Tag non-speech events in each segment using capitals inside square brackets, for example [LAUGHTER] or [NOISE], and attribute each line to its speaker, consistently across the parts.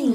Speaker 1: 迎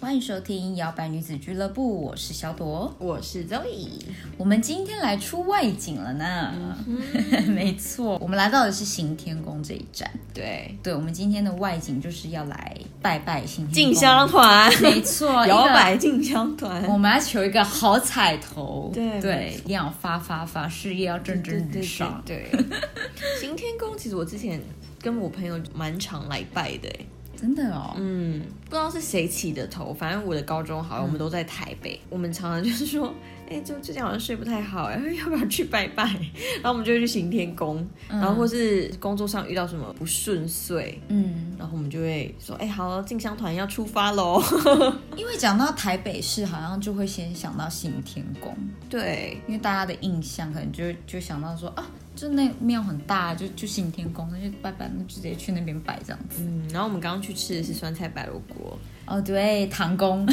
Speaker 1: 欢迎收听摇摆女子俱乐部，我是小朵。
Speaker 2: 我是 Zoe，
Speaker 1: 我们今天来出外景了呢， [LAUGHS] 没错，我们来到的是行天宫这一站。
Speaker 2: 对，
Speaker 1: 对，我们今天的外景就是要来拜拜行天宫
Speaker 2: 进香，团，
Speaker 1: 没
Speaker 2: [LAUGHS]
Speaker 1: 错，
Speaker 2: 摇
Speaker 1: 一个
Speaker 2: 摆进香团，
Speaker 1: 我们要求一个好彩头，
Speaker 2: 对
Speaker 1: 对，一定要发发发，事业要蒸蒸日上。
Speaker 2: 对， [LAUGHS] 行天宫其实我之前跟我朋友蛮常来拜的，哎
Speaker 1: 真的哦，
Speaker 2: 嗯，不知道是谁起的头，反正我的高中好像我们都在台北，我们常常就是说，哎、就最近好像睡不太好，哎， [LAUGHS] 要不要去拜拜？然后我们就会去行天宫，然后或是工作上遇到什么不顺遂。
Speaker 1: 嗯，
Speaker 2: 然后我们就会说，哎、好，进香团要出发喽。
Speaker 1: 因为讲到台北市，好像就会先想到行天宫，
Speaker 2: 对，
Speaker 1: 因为大家的印象可能就就想到说啊，就那庙很大，就就行天宫，那就拜拜，那就直接去那边拜这样子。
Speaker 2: 嗯，然后我们刚刚去吃的是酸菜白萝锅，
Speaker 1: 哦，对，唐宫，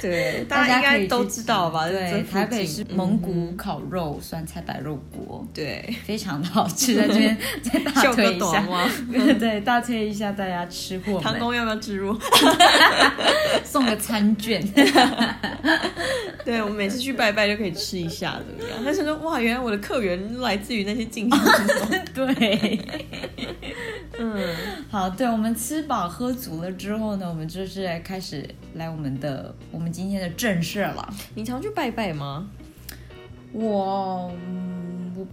Speaker 2: 对，
Speaker 1: 大
Speaker 2: 大
Speaker 1: 家
Speaker 2: 家
Speaker 1: 可以
Speaker 2: 应该
Speaker 1: 去
Speaker 2: 都
Speaker 1: 吃
Speaker 2: 知道吧？这
Speaker 1: 对，
Speaker 2: 附
Speaker 1: 台北
Speaker 2: 近
Speaker 1: 是蒙
Speaker 2: 嗯
Speaker 1: 古烤肉、酸菜白肉锅，
Speaker 2: [LAUGHS] 对，
Speaker 1: 非常的好吃，在这 [LAUGHS] 边再大
Speaker 2: 秀
Speaker 1: 推
Speaker 2: 哥
Speaker 1: 一
Speaker 2: 短
Speaker 1: 下，
Speaker 2: 吗？
Speaker 1: [LAUGHS] 对，大推一下大家吃货
Speaker 2: 唐
Speaker 1: 们，
Speaker 2: 宫要不要植入？
Speaker 1: [LAUGHS] 送个餐券。
Speaker 2: [LAUGHS] 对，我们每次去拜拜就可以吃一下，怎么样？他想说，哇，原来我的客源来自于那些进 [LAUGHS] 香团
Speaker 1: [LAUGHS] 对，
Speaker 2: 嗯，
Speaker 1: 好，对我们吃饱喝足了之后呢，我们就是来开始来我们的我们今天的正事了。
Speaker 2: 你常去拜拜吗？
Speaker 1: 我嗯我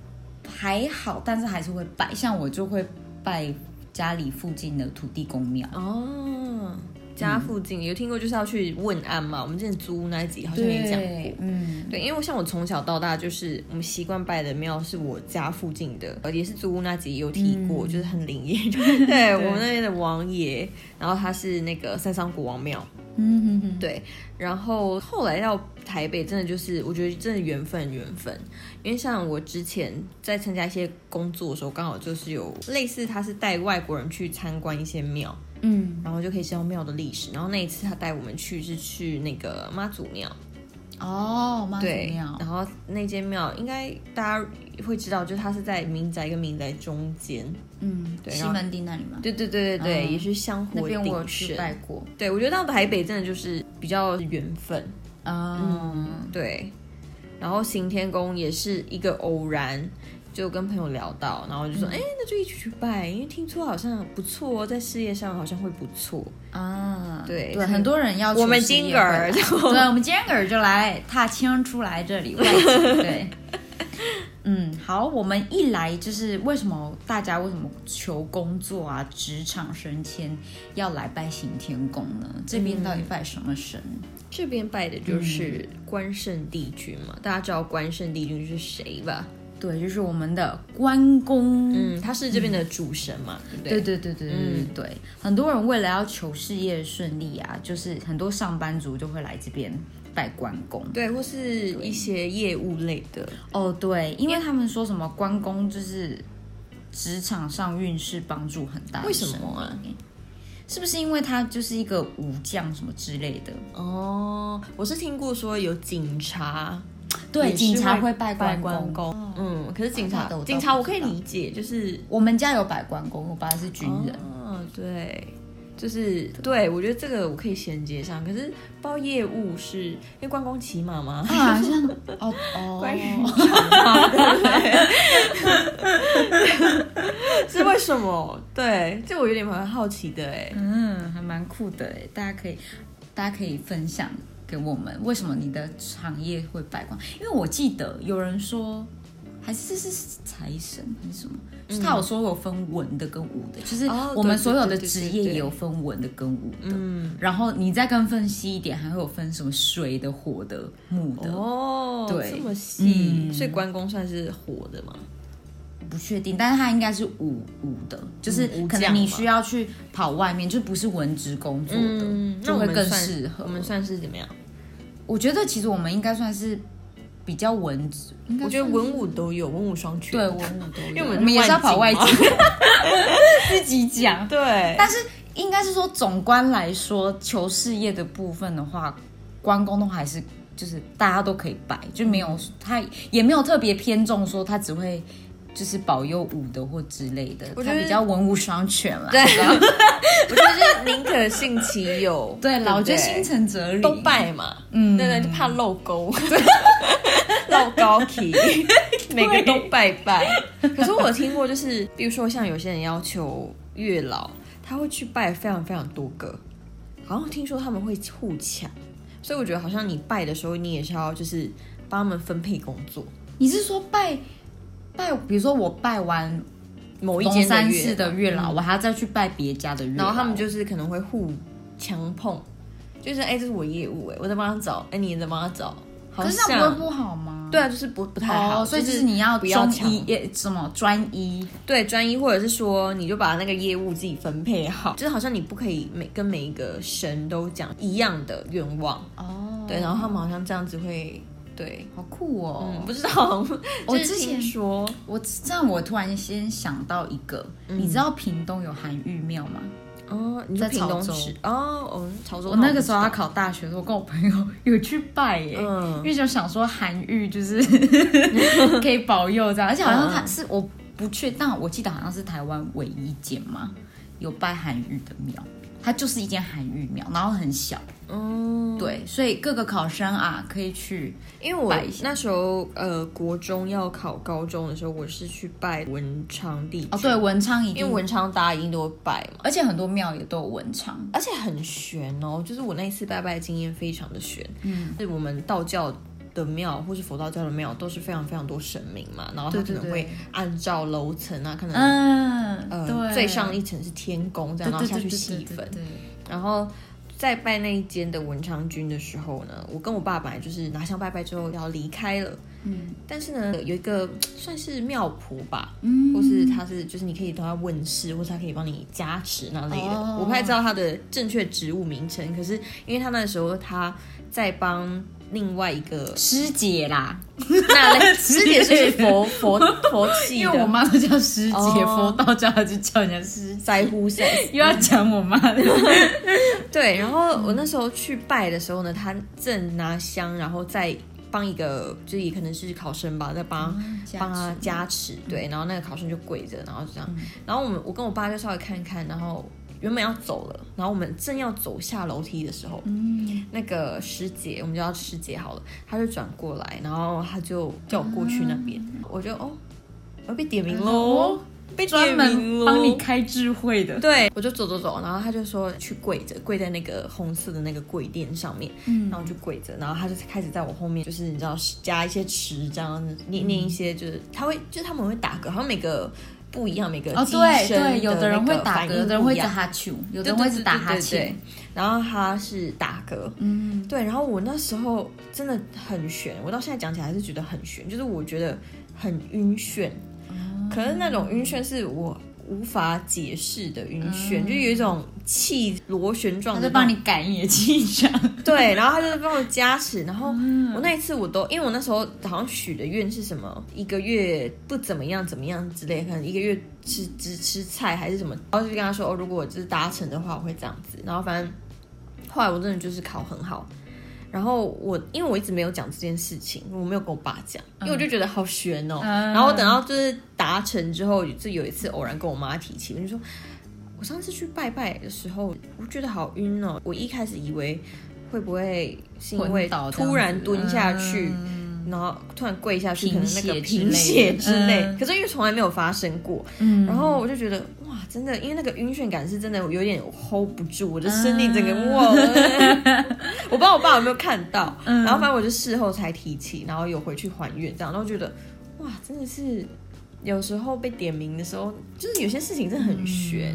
Speaker 1: 还好，但是还是会拜，像我就会拜家里附近的土地公庙。
Speaker 2: 哦，家附近、有听过，就是要去问安嘛。我们之前租那一集好像也讲过。
Speaker 1: 对，嗯，
Speaker 2: 对，因为我像我从小到大就是我们习惯拜的庙是我家附近的，呃，也是租屋那集有提过，就是很灵验。对我们那边的王爷，然后他是那个三商国王庙，
Speaker 1: 嗯哼哼，
Speaker 2: 对。然后后来到台北，真的就是我觉得真的缘分缘分，因为像我之前在参加一些工作的时候，刚好就是有类似他是带外国人去参观一些庙，
Speaker 1: 嗯，
Speaker 2: 然后就可以知道庙的历史。然后那一次他带我们去是去那个妈祖庙。
Speaker 1: 哦，妈祖
Speaker 2: 对，
Speaker 1: 庙，
Speaker 2: 然后那间庙应该大家会知道，就是它是在民宅跟民宅中间。
Speaker 1: 嗯，
Speaker 2: 对
Speaker 1: 西
Speaker 2: 然后
Speaker 1: 门町那里嘛，
Speaker 2: 对对对对对，
Speaker 1: 嗯
Speaker 2: 也是香火
Speaker 1: 那边我有
Speaker 2: 鼎
Speaker 1: 去
Speaker 2: 盛。
Speaker 1: 拜过，
Speaker 2: 对，我觉得到台北真的就是比较缘分。
Speaker 1: 嗯，
Speaker 2: 对，然后行天宫也是一个偶然。就跟朋友聊到，然后
Speaker 1: 嗯
Speaker 2: 就说，哎、那就一起去拜，因为听说好像不错哦，在事业上好像会不错。
Speaker 1: 啊，
Speaker 2: 对
Speaker 1: 对，很多人要
Speaker 2: 我们
Speaker 1: 出事业
Speaker 2: 金格儿 [LAUGHS]
Speaker 1: 会来 [LAUGHS]
Speaker 2: 就
Speaker 1: 对，我们今儿就来踏青出来这里外
Speaker 2: [LAUGHS]
Speaker 1: 景，对。嗯，好，我们一来就是为什么大家为什么求工作啊、职场升迁要来拜行天宫呢？这边到底拜什么神？
Speaker 2: 这边拜的就是
Speaker 1: 嗯
Speaker 2: 关圣帝君嘛，大家知道关圣帝君是谁吧？
Speaker 1: 对，就是我们的关公。
Speaker 2: 嗯，他是这边的主神嘛，对不对？
Speaker 1: 对对对对对对对，很多人为了要求事业顺利啊，就是很多上班族就会来这边拜关公。
Speaker 2: 对，或是一些业务类的，
Speaker 1: 哦，对，因为他们说什么关公就是职场上运势帮助很大，
Speaker 2: 为什么啊？
Speaker 1: 是不是因为他就是一个武将什么之类的？
Speaker 2: 哦，我是听过说有警察，
Speaker 1: 对，
Speaker 2: 也是
Speaker 1: 警察会拜
Speaker 2: 拜
Speaker 1: 关公。
Speaker 2: 公，嗯，可是警
Speaker 1: 那
Speaker 2: 察
Speaker 1: 个我倒，
Speaker 2: 警察
Speaker 1: 不
Speaker 2: 我可以
Speaker 1: 知道
Speaker 2: 理解，就是
Speaker 1: 我们家有拜关公，我爸是军人。
Speaker 2: 哦，对，就是对，我觉得这个我可以衔接上，可是不知道业务是因为关公骑马吗？
Speaker 1: 啊，好像哦哦，
Speaker 2: [LAUGHS] 关羽骑 [LAUGHS] 马对不对是为什么？对，这我有点蛮好奇的哎。
Speaker 1: 嗯，还蛮酷的诶，大家可以，大家可以分享给我们，为什么你的产业会败光？因为我记得有人说，还是是是财神还是什么，就是他有说有分文的跟武的，就是
Speaker 2: 嗯哦
Speaker 1: 我们所有的
Speaker 2: 对对对
Speaker 1: 职
Speaker 2: 对
Speaker 1: 业
Speaker 2: 对
Speaker 1: 也有分文的跟武的。
Speaker 2: 嗯，
Speaker 1: 然后你再更分析一点，还会有分什么水的、火的、木的，
Speaker 2: 哦，
Speaker 1: 对
Speaker 2: 这么细，
Speaker 1: 嗯
Speaker 2: 所以关公算是火的嘛？
Speaker 1: 不确定，但是它应该是武武的，就是
Speaker 2: 嗯武
Speaker 1: 可能
Speaker 2: 将
Speaker 1: 你
Speaker 2: 嘛
Speaker 1: 需要去跑外面，就不是文职工作的，
Speaker 2: 嗯那
Speaker 1: 就
Speaker 2: 我
Speaker 1: 会
Speaker 2: 们
Speaker 1: 更
Speaker 2: 算
Speaker 1: 适合。
Speaker 2: 我们算是怎么样？
Speaker 1: 我觉得其实我们应该算是比较文组，应该
Speaker 2: 我觉得
Speaker 1: 算
Speaker 2: 文武都有，文武双全。
Speaker 1: 对文武都有，
Speaker 2: 因为我们
Speaker 1: 我们也是要跑外
Speaker 2: 外
Speaker 1: 景，
Speaker 2: [LAUGHS]
Speaker 1: 自己讲。 [LAUGHS]
Speaker 2: 对，
Speaker 1: 但是应该是说，总观来说，求事业的部分的话，关公的话还是就是大家都可以拜，就没
Speaker 2: 嗯
Speaker 1: 有他也没有特别偏重说他只会就是保佑武的或之类的，
Speaker 2: 我觉
Speaker 1: 他
Speaker 2: 得
Speaker 1: 比较文武双全啦。
Speaker 2: 对， [LAUGHS] 我觉得就是宁可信其有，
Speaker 1: 对啦，
Speaker 2: 不
Speaker 1: 我觉得心诚则灵，
Speaker 2: 都拜嘛，
Speaker 1: 嗯
Speaker 2: 对对，就怕漏沟，
Speaker 1: [LAUGHS]
Speaker 2: 漏高题， [LAUGHS] 每个都拜拜。可是我有听过，就是比如说像有些人要求月老，他会去拜非常非常多个，好像听说他们会互抢，所以我觉得好像你拜的时候，你也是要就是帮他们分配工作，
Speaker 1: 你是说拜拜，比如说我拜完
Speaker 2: 某一
Speaker 1: 龙
Speaker 2: 间
Speaker 1: 山
Speaker 2: 月
Speaker 1: 寺的月老，我还要再去拜别家的月老，
Speaker 2: 然后他们就是可能会互强碰，就是哎、这是我业务哎、我在帮他找，哎、你也在帮他找，好
Speaker 1: 可是这样不
Speaker 2: 像
Speaker 1: 会不好吗？
Speaker 2: 对啊，就是不不太好，
Speaker 1: 哦，所以
Speaker 2: 就
Speaker 1: 就是
Speaker 2: 是
Speaker 1: 你要
Speaker 2: 不要
Speaker 1: 中
Speaker 2: 抢
Speaker 1: 医也什么专一，
Speaker 2: 对专一，或者是说你就把那个业务自己分配好，就是好像你不可以每跟每一个神都讲一样的愿望，
Speaker 1: 哦，
Speaker 2: 对，然后他们好像这样子会对。
Speaker 1: 好酷哦！
Speaker 2: 嗯，不知
Speaker 1: [LAUGHS]
Speaker 2: 道，
Speaker 1: 我
Speaker 2: 就是
Speaker 1: 之前
Speaker 2: 听说
Speaker 1: 我这样我突然先想到一个，你知道屏东有韩愈庙吗？
Speaker 2: 哦，你说
Speaker 1: 在
Speaker 2: 屏
Speaker 1: 潮
Speaker 2: 东
Speaker 1: 州
Speaker 2: 市哦，哦，潮州
Speaker 1: 我
Speaker 2: 那
Speaker 1: 那个时候要
Speaker 2: 他
Speaker 1: 考大学的时候，我跟我朋友 [LAUGHS] 有去拜耶、
Speaker 2: 嗯
Speaker 1: 因为就想说韩愈就是
Speaker 2: [LAUGHS]
Speaker 1: 可以保佑这样，而且好像
Speaker 2: 嗯
Speaker 1: 他是我不确，但我记得好像是台湾唯一间嘛有拜韩愈的庙，它就是一间韩愈庙，然后很小，
Speaker 2: 嗯，
Speaker 1: 对，所以各个考生啊可以去，
Speaker 2: 因为我
Speaker 1: 拜一下
Speaker 2: 那时候呃国中要考高中的时候，我是去拜文昌帝君
Speaker 1: 哦，对，，文昌一
Speaker 2: 因
Speaker 1: 定
Speaker 2: 为，文昌大家一定都会拜嘛，
Speaker 1: 而且很多庙也都有文昌，
Speaker 2: 而且很玄哦，就是我那一次拜拜经验非常的玄，嗯，是我们道教。的庙或是佛道教的庙都是非常非常多神明嘛，然后他
Speaker 1: 对
Speaker 2: 可
Speaker 1: 对
Speaker 2: 能
Speaker 1: 对
Speaker 2: 会按照楼层啊，可能、
Speaker 1: 嗯，
Speaker 2: 呃
Speaker 1: 对，
Speaker 2: 最上一层是天宫这样，然后下去细分，然后在拜那一间的文昌君的时候呢，我跟我爸本来就是拿香拜拜之后要离开了，嗯，但是呢有一个算是庙仆吧，嗯，或是他是就是你可以对他问事，或是他可以帮你加持那类的，
Speaker 1: 哦
Speaker 2: 我不太知道他的正确职务名称，可是因为他那时候他在帮另外
Speaker 1: [LAUGHS]
Speaker 2: 一个
Speaker 1: 师姐啦，
Speaker 2: 那类师姐是佛
Speaker 1: [LAUGHS]
Speaker 2: 佛佛系的，
Speaker 1: 因为我妈都叫师姐，
Speaker 2: 哦
Speaker 1: 佛道教她就叫人家师姐，
Speaker 2: 在乎谁？
Speaker 1: 又要讲我妈的，
Speaker 2: 对，然后
Speaker 1: 嗯
Speaker 2: 我那时候去拜的时候呢，他正拿香，然后再帮一个，就是也可能是考生吧，在帮、帮
Speaker 1: 啊
Speaker 2: 他加持，
Speaker 1: 嗯
Speaker 2: 对，然后那个考生就跪着，然后这样，然后我们我跟我爸就稍微看看，然后原本要走了，然后我们正要走下楼梯的时候，
Speaker 1: 嗯，
Speaker 2: 那个师姐，我们叫她师姐好了，她就转过来，然后她就叫我过去那边，
Speaker 1: 啊
Speaker 2: 我就哦，我被点名喽
Speaker 1: 哦，
Speaker 2: 被点
Speaker 1: 专
Speaker 2: 名
Speaker 1: 门
Speaker 2: 喽，
Speaker 1: 帮你开智慧的，
Speaker 2: 对，我就走走走，然后他就说去跪着，跪在那个红色的那个跪垫上面，
Speaker 1: 嗯
Speaker 2: 然后我就跪着，然后他就开始在我后面，就是你知道加一些词，这样子
Speaker 1: 嗯
Speaker 2: 念念一些，就是他会，就是他们会打嗝，好像每个不一样，每个
Speaker 1: 哦，
Speaker 2: 机
Speaker 1: 对
Speaker 2: 身
Speaker 1: 对，有
Speaker 2: 的
Speaker 1: 的人
Speaker 2: 那
Speaker 1: 会
Speaker 2: 个
Speaker 1: 打
Speaker 2: 反
Speaker 1: 嗝，
Speaker 2: 应
Speaker 1: 有的人
Speaker 2: 不
Speaker 1: 会
Speaker 2: 一
Speaker 1: 打
Speaker 2: 样
Speaker 1: 哈欠，有的
Speaker 2: 对对
Speaker 1: 人会
Speaker 2: 对
Speaker 1: 是
Speaker 2: 对
Speaker 1: 打哈
Speaker 2: 对
Speaker 1: 欠
Speaker 2: 对，然后他是打嗝，
Speaker 1: 嗯，
Speaker 2: 对，然后我那时候真的很悬，我到现在讲起来还是觉得很悬，就是我觉得很晕眩，
Speaker 1: 哦
Speaker 2: 可是那种晕眩是我无法解释的晕眩，就有一种气螺旋状
Speaker 1: 他
Speaker 2: 的
Speaker 1: 就嗯
Speaker 2: 那
Speaker 1: 帮
Speaker 2: 种
Speaker 1: 你感应气场，
Speaker 2: [LAUGHS] 对，然后他就帮我加持，然后我那一次我都，因为我那时候好像许的愿是什么，一个月不怎么样怎么样之类，可能一个月吃只吃菜还是什么，然后就跟他说哦，如果我就是达成的话，我会这样子，然后反正后来我真的就是考很好。然后我，因为我一直没有讲这件事情，我没有跟我爸讲，因为我就觉得好悬哦。
Speaker 1: 嗯
Speaker 2: 然后我等到就是达成之后，就有一次偶然跟我妈提起，我就说，我上次去拜拜的时候，我觉得好晕哦。我一开始以为会不会是因为
Speaker 1: 昏倒这样子
Speaker 2: 突然蹲下去，
Speaker 1: 嗯
Speaker 2: 然后突然跪下去，可
Speaker 1: 贫
Speaker 2: 能那
Speaker 1: 血之
Speaker 2: 个
Speaker 1: 类
Speaker 2: 贫
Speaker 1: 的
Speaker 2: 血之类，
Speaker 1: 嗯
Speaker 2: 可是因为从来没有发生过，
Speaker 1: 嗯
Speaker 2: 然后我就觉得哇，真的，因为那个晕眩感是真的有点 hold 不住，我的身体整个哇，
Speaker 1: 嗯
Speaker 2: 我不知道我爸有没有看到，然后反正我就事后才提起，然后有回去还愿这样，然后觉得哇，真的是有时候被点名的时候，就是有些事情真的很悬，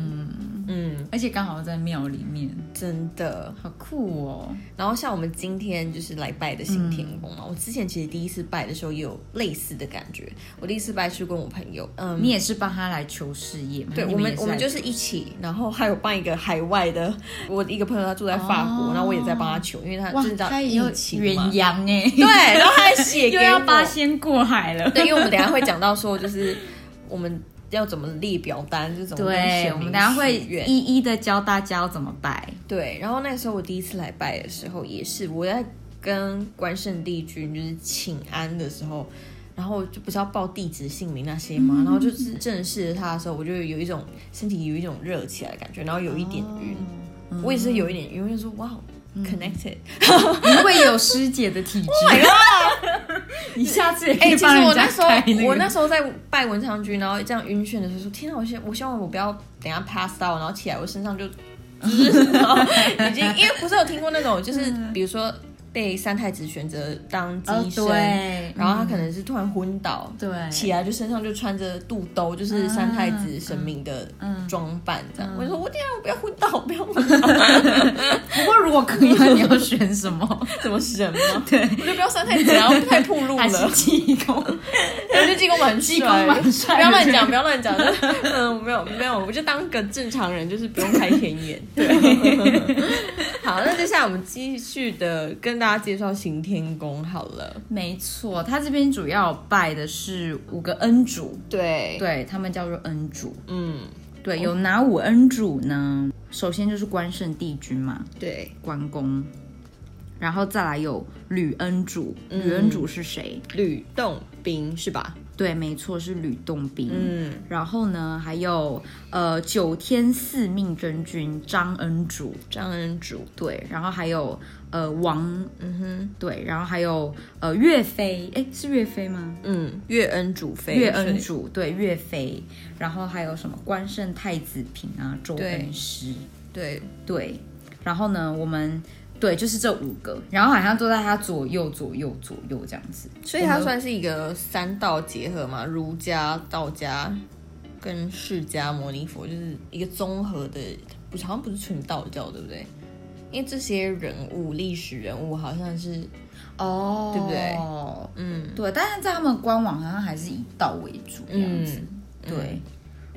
Speaker 2: 嗯，
Speaker 1: 而且刚好在庙里面，
Speaker 2: 真的。
Speaker 1: 好酷哦！
Speaker 2: 然后像我们今天就是来拜的行天宫嘛，我之前其实第一次拜的时候也有类似的感觉。我第一次拜是跟我朋友，嗯，
Speaker 1: 你也是帮他来求事业嘛？
Speaker 2: 对
Speaker 1: 你
Speaker 2: 我们
Speaker 1: 也，
Speaker 2: 我们
Speaker 1: 来
Speaker 2: 就是一起，然后还有办一个海外的，我一个朋友他住在法国，
Speaker 1: 哦
Speaker 2: 然后我也在帮他求，因为他
Speaker 1: 哇
Speaker 2: 就是，这
Speaker 1: 他
Speaker 2: 样
Speaker 1: 也有
Speaker 2: 疫情嘛
Speaker 1: 远，洋哎， [LAUGHS]
Speaker 2: 对，然后他还写给
Speaker 1: 又
Speaker 2: 我，
Speaker 1: 要八仙过海了。
Speaker 2: 对，因为我们等一下会讲到说，就是我们要怎么列表单，就怎么跟
Speaker 1: 对，
Speaker 2: 神
Speaker 1: 我
Speaker 2: 明
Speaker 1: 们等一下会
Speaker 2: 许愿
Speaker 1: 一一的教大家要怎么拜。
Speaker 2: 对，然后那个时候我第一次来拜的时候，也是我在跟关圣帝君就是请安的时候，然后就不是要报地址、姓名那些嘛，然后就是正视他的时候，我就有一种身体有一种热起来的感觉，然后有一点晕，我也是有一点晕，我就说哇。Connected，
Speaker 1: 你会不会有师姐的体质。 [LAUGHS] 你下次也可 [LAUGHS]
Speaker 2: 哎、
Speaker 1: 以
Speaker 2: 其实
Speaker 1: 帮人
Speaker 2: 我
Speaker 1: 家
Speaker 2: 那时候
Speaker 1: 开，那
Speaker 2: 我那
Speaker 1: 个。
Speaker 2: 时候在拜文昌君，然后这样晕眩的时候说，天哪，我希我希望我不要等一下 pass out，然后起来我身上就，就是 [LAUGHS] 然后已经因为不是有听过那种，就是比如说被三太子选择当
Speaker 1: 嗯哦
Speaker 2: 医，生，
Speaker 1: 对，嗯
Speaker 2: 然后他可能是突然昏倒，
Speaker 1: 对
Speaker 2: 起来就身上就穿着肚兜，就是三太子神明的
Speaker 1: 嗯
Speaker 2: 装扮这样。我就说，我天啊，我不要昏倒，我不要昏倒，
Speaker 1: 不过如果可以的话，你要选什么？
Speaker 2: 怎么神吗？
Speaker 1: [LAUGHS] 对，
Speaker 2: 我就不要三太子啊，然后太暴
Speaker 1: [LAUGHS]
Speaker 2: 露
Speaker 1: 还是
Speaker 2: 了。
Speaker 1: 济公？
Speaker 2: 我觉得济公蛮
Speaker 1: 济公蛮帅
Speaker 2: 不
Speaker 1: 的
Speaker 2: 要乱 [LAUGHS] 讲，不要乱讲。就是嗯，没有没有，我就当个正常人，就是不用开天 [LAUGHS] 眼。对，好，那接下来我们继续的跟大家介绍行天宫好了。
Speaker 1: [LAUGHS] 没错，他这边主要拜的是五个恩主，
Speaker 2: 对，
Speaker 1: 对他们叫做恩主。
Speaker 2: 嗯，
Speaker 1: 对，有哪五恩主呢？首先就是关圣帝君嘛，
Speaker 2: 对，
Speaker 1: 关公，然后再来有吕恩主，
Speaker 2: 嗯
Speaker 1: 吕恩主是谁？
Speaker 2: 吕洞宾是吧？
Speaker 1: 对，没错，是吕洞宾。
Speaker 2: 嗯，
Speaker 1: 然后呢，还有呃九天四命真君张恩主，
Speaker 2: 张恩主，
Speaker 1: 对，然后还有呃王，
Speaker 2: 嗯哼，
Speaker 1: 对，然后还有呃岳飞，哎，是岳飞吗？
Speaker 2: 嗯，岳恩主妃，
Speaker 1: 岳恩主，对，岳飞，然后还有什么关圣太子平啊，周
Speaker 2: 对
Speaker 1: 恩师，
Speaker 2: 对，
Speaker 1: 对，然后呢，我们对就是这五个，然后好像都在他左右左右左右这样子，
Speaker 2: 所以它算是一个三道结合嘛，儒家、道家跟释迦牟尼佛，就是一个综合的，不是好像不是纯道教，对不对？因为这些人物、历史人物好像是，
Speaker 1: 哦
Speaker 2: 对不
Speaker 1: 对？
Speaker 2: 嗯
Speaker 1: 对，但是在他们官网好像还是以道为主这样子，
Speaker 2: 嗯，
Speaker 1: 对。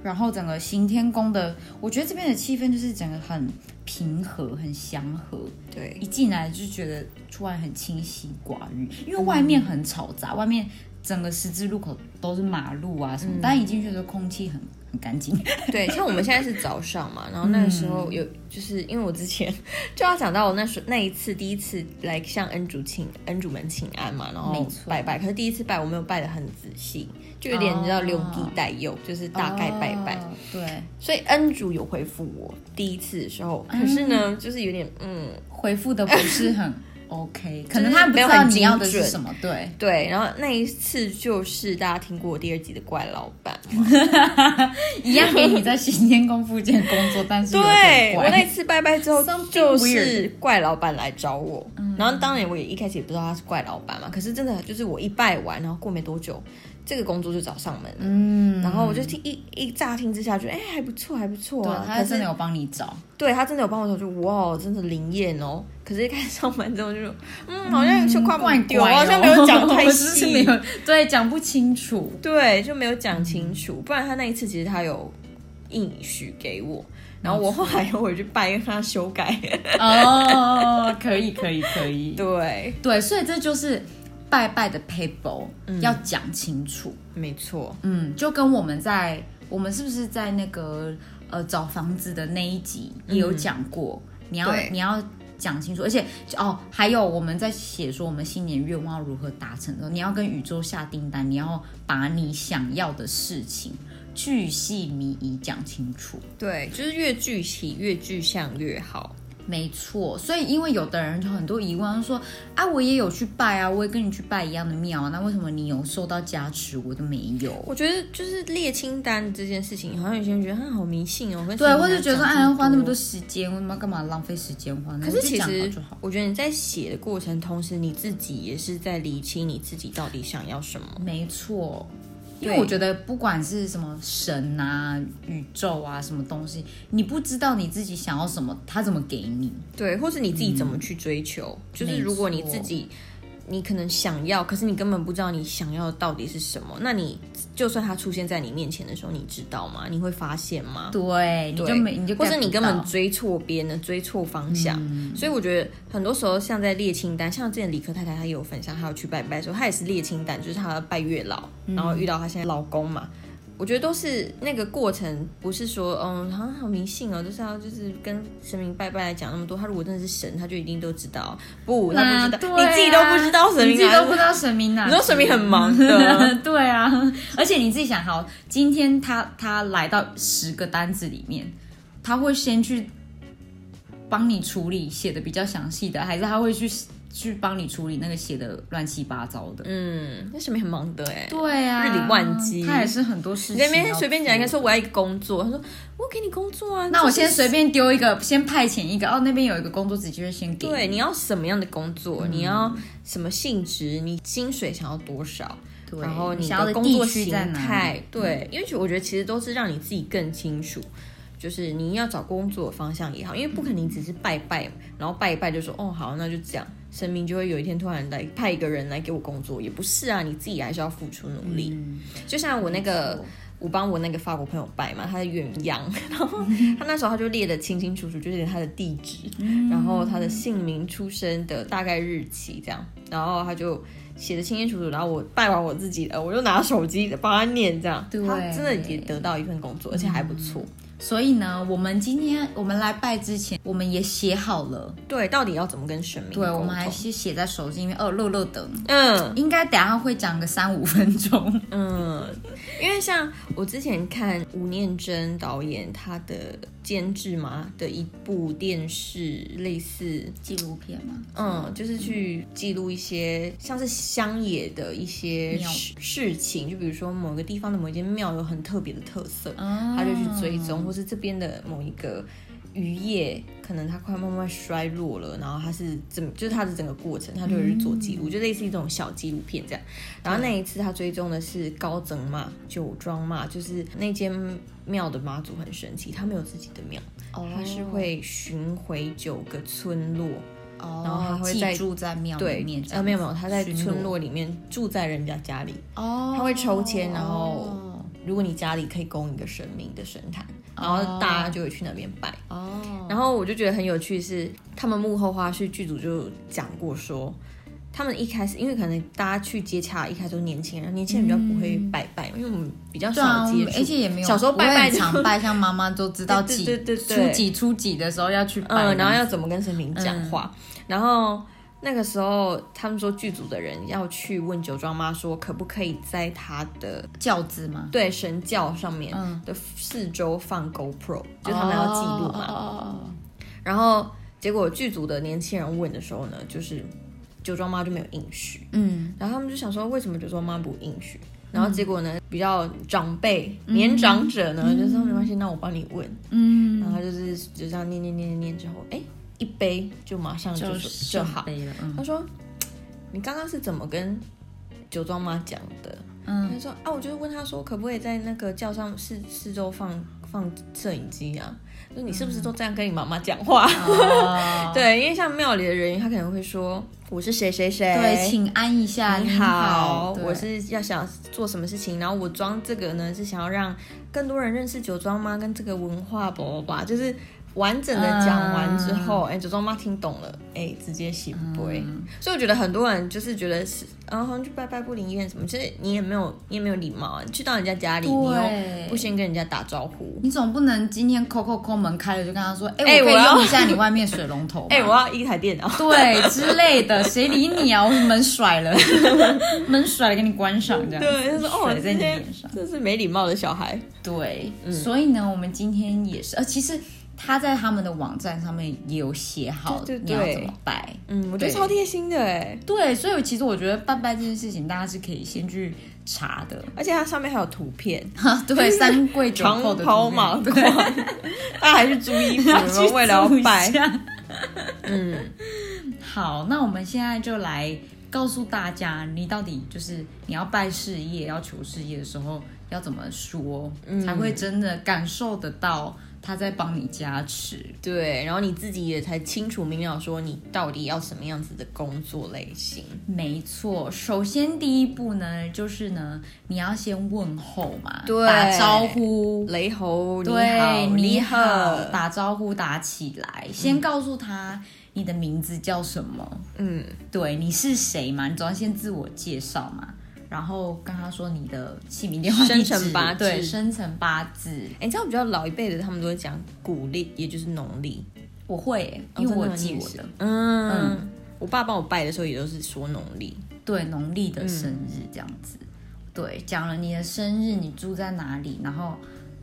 Speaker 1: 然后整个行天宫的，我觉得这边的气氛就是整个很平和、很祥和，
Speaker 2: 对
Speaker 1: 一进来就觉得突然很清晰寡欲，因为外面很嘈杂，外面整个十字路口都是马路啊什么，但一进去的空气很很干净，
Speaker 2: 对，像我们现在是早上嘛，然后那个时
Speaker 1: 嗯
Speaker 2: 候有，就是因为我之前 [LAUGHS] 就要讲到我那时那一次第一次来向恩主请恩主们请安嘛，然后
Speaker 1: 没错
Speaker 2: 拜拜，可是第一次拜我没有拜的很仔细，就有点你知道
Speaker 1: 哦
Speaker 2: 留地带佑，就是大概拜拜，
Speaker 1: 哦对，
Speaker 2: 所以恩主有回复我第一次的时候，
Speaker 1: 嗯
Speaker 2: 可是呢，就是有点嗯，
Speaker 1: 回复的不是很 OK，可
Speaker 2: 是
Speaker 1: 能他不
Speaker 2: 没
Speaker 1: 知
Speaker 2: 有
Speaker 1: 道
Speaker 2: 很
Speaker 1: 你
Speaker 2: 精
Speaker 1: 要的是
Speaker 2: 准
Speaker 1: 什么，对，
Speaker 2: 对。然后那一次就是大家听过我第二集的怪老板，
Speaker 1: 嗯一样给你在行天宫附近工作，但是有点
Speaker 2: 对我
Speaker 1: 怪
Speaker 2: 那次拜拜之后
Speaker 1: Something
Speaker 2: 就是怪老板来找我，然后当然我也一开始也不知道他是怪老板嘛，可是真的就是我一拜完，然后过没多久，这个工作就找上门了。
Speaker 1: 嗯，
Speaker 2: 然后我就听一一乍听之下，觉得哎、还不错，还不错
Speaker 1: 对
Speaker 2: 啊。，
Speaker 1: 他
Speaker 2: 可
Speaker 1: 真
Speaker 2: 是
Speaker 1: 的有帮你找，
Speaker 2: 对他真的有帮我找，就哇，真的灵验哦。可是一开始上班之后就说，嗯，好像就快
Speaker 1: 怪
Speaker 2: 丢，
Speaker 1: 怪哦
Speaker 2: 好像没有讲太
Speaker 1: 就是没 [LAUGHS]
Speaker 2: 细，
Speaker 1: 有对讲不清楚，
Speaker 2: 对，就没有讲清楚。不然他那一次其实他有应许给我，然后我后来又回去拜，跟他修改。
Speaker 1: 哦，可以可以可以，
Speaker 2: 对，
Speaker 1: 对，所以这就是拜拜的 paper、要
Speaker 2: 嗯
Speaker 1: 讲清楚，
Speaker 2: 没错，
Speaker 1: 嗯，就跟我们在我们是不是在那个呃找房子的那一集也有讲过，你要
Speaker 2: 嗯对
Speaker 1: 你要。讲清楚，而且哦，还有我们在写说我们新年愿望要如何达成的时候，你要跟宇宙下订单，你要把你想要的事情巨细靡遗讲清楚。
Speaker 2: 对，就是越具体越具象越好。
Speaker 1: 没错，所以因为有的人就很多疑问，他说啊，我也有去拜啊，我也跟你去拜一样的庙啊，那为什么你有受到加持，我都没
Speaker 2: [LAUGHS]
Speaker 1: 有？
Speaker 2: 我觉得就是列清单这件事情，好像有些人觉得他好迷信哦，跟
Speaker 1: 对，
Speaker 2: 神明
Speaker 1: 我
Speaker 2: 啊
Speaker 1: 就觉得说，
Speaker 2: 讲
Speaker 1: 哎，花那么
Speaker 2: 多
Speaker 1: 多时间，我他妈干嘛浪费时间花呢？
Speaker 2: 可是
Speaker 1: 嗯
Speaker 2: 其
Speaker 1: 我就讲
Speaker 2: 实
Speaker 1: 好就好，
Speaker 2: 我觉得你在写的过程，同时你自己也是在理清你自己到底想要什么。
Speaker 1: 没错，因为我觉得不管是什么神啊、宇宙啊、什么东西，你不知道你自己想要什么，他怎么给你？
Speaker 2: 对，或是你自己
Speaker 1: 嗯
Speaker 2: 怎么去追求，就是如果你自己。你可能想要，可是你根本不知道你想要的到底是什么。那你就算它出现在你面前的时候，你知道吗？你会发现吗？
Speaker 1: 对，你就没，你就
Speaker 2: 啊或者
Speaker 1: get
Speaker 2: 你
Speaker 1: 不
Speaker 2: 根本
Speaker 1: 到嗯
Speaker 2: 追错边了，追错方向。所以我觉得很多时候，像在列清单，像之前理科太太她也有分享，她有去拜拜的时候，她也是列清单，就是她要拜月老，
Speaker 1: 嗯
Speaker 2: 然后遇到她现在老公嘛。我觉得都是那个过程，不是说嗯，好像好迷信哦，就是要就是跟神明拜拜来讲那么多。他如果真的是神，他就一定都知道。不，他
Speaker 1: 啊
Speaker 2: 不知道，
Speaker 1: 对
Speaker 2: 你自己都不
Speaker 1: 啊
Speaker 2: 知道神
Speaker 1: 你
Speaker 2: 明
Speaker 1: 自己
Speaker 2: 哪
Speaker 1: 都不知道神明哪，
Speaker 2: 你说神明很忙的，
Speaker 1: [LAUGHS] 对啊，而且你自己想好，今天他他来到十个单子里面，他会先去帮你处理写的比较详细的，还是他会去去帮你处理那个写的乱七八糟的？
Speaker 2: 嗯，那神明很忙的哎。
Speaker 1: 对啊，
Speaker 2: 日理万机
Speaker 1: 他也是很多事情
Speaker 2: 你
Speaker 1: 要
Speaker 2: 在
Speaker 1: 做。
Speaker 2: 那边随便讲一个说我要一个工作，他说我给你工作啊，
Speaker 1: 那我
Speaker 2: 这是
Speaker 1: 先随便丢一个，先派遣一个。哦，那边有一个工作职缺，先给。嗯
Speaker 2: 对，你要什么样的工作？你要什么性质？你薪水想要多少？
Speaker 1: 对
Speaker 2: 然后
Speaker 1: 你
Speaker 2: 你
Speaker 1: 想要
Speaker 2: 的
Speaker 1: 的
Speaker 2: 工
Speaker 1: 地
Speaker 2: 作
Speaker 1: 区
Speaker 2: 形
Speaker 1: 在哪嗯
Speaker 2: 态，对，因为其实我觉得其实都是让你自己更清楚，就是你要找工作的方向也好，因为不可能你只是拜拜，然后拜一拜就说哦好，那就这样，神明就会有一天突然来派一个人来给我工作，也不是啊，你自己还是要付出努力。
Speaker 1: 嗯
Speaker 2: 就像我那个我帮我那个法国朋友拜嘛，他在远洋， [LAUGHS] 然后
Speaker 1: 嗯
Speaker 2: 他那时候他就列得清清楚楚，就是他的地址，
Speaker 1: 嗯
Speaker 2: 然后他的姓名、出生的大概日期这样，然后他就写的清清楚楚，然后我拜完我自己的，我就拿手机帮他念这样，
Speaker 1: 对嗯
Speaker 2: 他真的也得到一份工作，而且还不错。
Speaker 1: 所以呢，我们今天我们来拜之前，我们也写好了，
Speaker 2: 对，到底要怎么跟神明沟
Speaker 1: 对，
Speaker 2: 通？
Speaker 1: 我们还是写在手机里面。哦，乐乐等，
Speaker 2: 嗯
Speaker 1: 应该等一下会讲个三五分钟。
Speaker 2: [LAUGHS] 嗯，因为像我之前看吴念真导演他的监制嘛的一部电视类似
Speaker 1: 纪录片嘛，
Speaker 2: 嗯，就是去记录一些像是乡野的一些
Speaker 1: 庙
Speaker 2: 事事情，就比如说某个地方的某一间庙有很特别的特色，
Speaker 1: 哦
Speaker 2: 他就去追踪，或是这边的某一个渔业，可能它快慢慢衰落了，然后它是怎么，就是它的整个过程，他就有去做记
Speaker 1: 嗯
Speaker 2: 录，就类似一种小纪录片这样。然后那一次他追踪的是高僧嘛，酒庄嘛，就是那间庙的妈祖很神奇，他没有自己的庙，
Speaker 1: 哦
Speaker 2: 他是会巡回九个村落。
Speaker 1: 哦，
Speaker 2: 然后他会在
Speaker 1: 寄住在庙
Speaker 2: 对
Speaker 1: 里面，，这
Speaker 2: 啊
Speaker 1: 样
Speaker 2: 没有没有，他在
Speaker 1: 巡
Speaker 2: 村落里面住在人家家里。
Speaker 1: 哦，
Speaker 2: 他会抽签然后
Speaker 1: 哦
Speaker 2: 如果你家里可以供一个神明的神坛，然后大家就会去那边拜。
Speaker 1: 哦，
Speaker 2: 然后我就觉得很有趣是，他们幕后花絮剧组就讲过说，他们一开始因为可能大家去接洽，一开始都是年轻人，年轻人比较不会拜拜，因为我们比较
Speaker 1: 嗯对啊，我
Speaker 2: 少接
Speaker 1: 们
Speaker 2: 触，
Speaker 1: 而且也没有
Speaker 2: 小时候
Speaker 1: 不会
Speaker 2: 拜拜
Speaker 1: 很
Speaker 2: 就
Speaker 1: 常拜，像妈妈都知道
Speaker 2: 对
Speaker 1: 几
Speaker 2: [LAUGHS] 对对对
Speaker 1: 初几初几的时候要去拜那样嗯子，
Speaker 2: 嗯，然后要怎么跟神明讲话，然后。那个时候，他们说剧组的人要去问酒庄妈说，可不可以在她的
Speaker 1: 轿子吗？
Speaker 2: 对神教上面
Speaker 1: 嗯
Speaker 2: 的四周放 GoPro，、就他们要记录嘛。
Speaker 1: 哦哦哦
Speaker 2: 然后结果剧组的年轻人问的时候呢，就是酒庄妈就没有应许，
Speaker 1: 嗯，
Speaker 2: 然后他们就想说为什么酒庄妈不应许？然后结果呢，比较长辈、年长者呢，就说没关系，那我帮你问。
Speaker 1: 嗯，
Speaker 2: 然后就是就这样念念念念念之后，哎，一杯就马上就说就好。
Speaker 1: 杯了，嗯
Speaker 2: 他说：“你刚刚是怎么跟酒庄妈讲的？”嗯，他说：“啊，我就是问他说，可不可以在那个教上四四周放放摄影机啊？就你是不是都这样跟你妈妈讲话？
Speaker 1: 嗯哦
Speaker 2: 对，因为像庙里的人，他可能会说我是谁谁 [LAUGHS] 谁，
Speaker 1: 对，请安一下，
Speaker 2: 嗯你
Speaker 1: 你
Speaker 2: 好，
Speaker 1: 对
Speaker 2: 我是要想做什么事情，然后我装这个呢是想要让更多人认识酒庄妈跟这个文化，吧吧吧，就是完整的讲完之后，哎、酒庄妈听懂了，哎，直接行不、所以我觉得很多人就是觉得是，嗯，好像去拜拜不灵验什么，其实你也没有，你也没有礼貌啊，你去到人家家里，你哦又
Speaker 1: 对
Speaker 2: 不先跟人家打招呼，
Speaker 1: 你总不能今天扣扣扣门开了就跟他说，哎、
Speaker 2: 哎
Speaker 1: 我可
Speaker 2: 我
Speaker 1: 以
Speaker 2: 要
Speaker 1: 用一下你外面水龙头吗？
Speaker 2: [LAUGHS] 哎，我要一台电脑。
Speaker 1: 对之类的，谁理你啊？我门甩了， [LAUGHS] 门甩了，给你关上这样子。
Speaker 2: [LAUGHS] 对，就是哦，
Speaker 1: 甩在
Speaker 2: 这
Speaker 1: 你
Speaker 2: 些
Speaker 1: 脸上。
Speaker 2: 这是没礼貌的小孩。
Speaker 1: 对，
Speaker 2: 嗯
Speaker 1: 所以呢，我们今天也是，呃，其实他在他们的网站上面也有写好
Speaker 2: 对对
Speaker 1: 你要
Speaker 2: 对
Speaker 1: 怎么拜。
Speaker 2: 嗯，我觉
Speaker 1: 对
Speaker 2: 得超贴心的哎，
Speaker 1: 对，所以其实我觉得拜拜这件事情，大家是可以先去查的。
Speaker 2: 而且它上面还有图片，
Speaker 1: [LAUGHS] 对，三跪九
Speaker 2: 长
Speaker 1: 叩的
Speaker 2: 袍
Speaker 1: 图片
Speaker 2: 马
Speaker 1: 对
Speaker 2: [LAUGHS] 褂，大家还去租衣 [LAUGHS] 服，然后
Speaker 1: [LAUGHS]
Speaker 2: 为了要拜，。
Speaker 1: 嗯，好，那我们现在就来告诉大家，你到底就是你要拜事业、要求事业的时候要怎么说，
Speaker 2: 嗯
Speaker 1: 才会真的感受得到他在帮你加持。
Speaker 2: 对，然后你自己也才清楚明了说你到底要什么样子的工作类型。
Speaker 1: 没错，首先第一步呢，就是呢，你要先问候嘛，
Speaker 2: 对
Speaker 1: 打招呼。
Speaker 2: 雷猴，你好，
Speaker 1: 对，
Speaker 2: 你
Speaker 1: 好，打招呼打起来，先告诉他你的名字叫什么，
Speaker 2: 嗯，
Speaker 1: 对，你是谁嘛？你总要先自我介绍嘛，然后跟他说你的姓名、电话、
Speaker 2: 生
Speaker 1: 地址
Speaker 2: 辰八字
Speaker 1: 对，生辰八字。
Speaker 2: 哎、你知道比较老一辈的，他们都会讲古历，也就是农历，
Speaker 1: 我会耶、
Speaker 2: 哦
Speaker 1: 因为
Speaker 2: 真的
Speaker 1: 我
Speaker 2: 吗
Speaker 1: 记
Speaker 2: 你也
Speaker 1: 我
Speaker 2: 是
Speaker 1: 的、
Speaker 2: 嗯，我爸帮我拜的时候也都是说农历，
Speaker 1: 对农历的生日这样子。
Speaker 2: 嗯
Speaker 1: 对，讲了你的生日，你住在哪里，然后。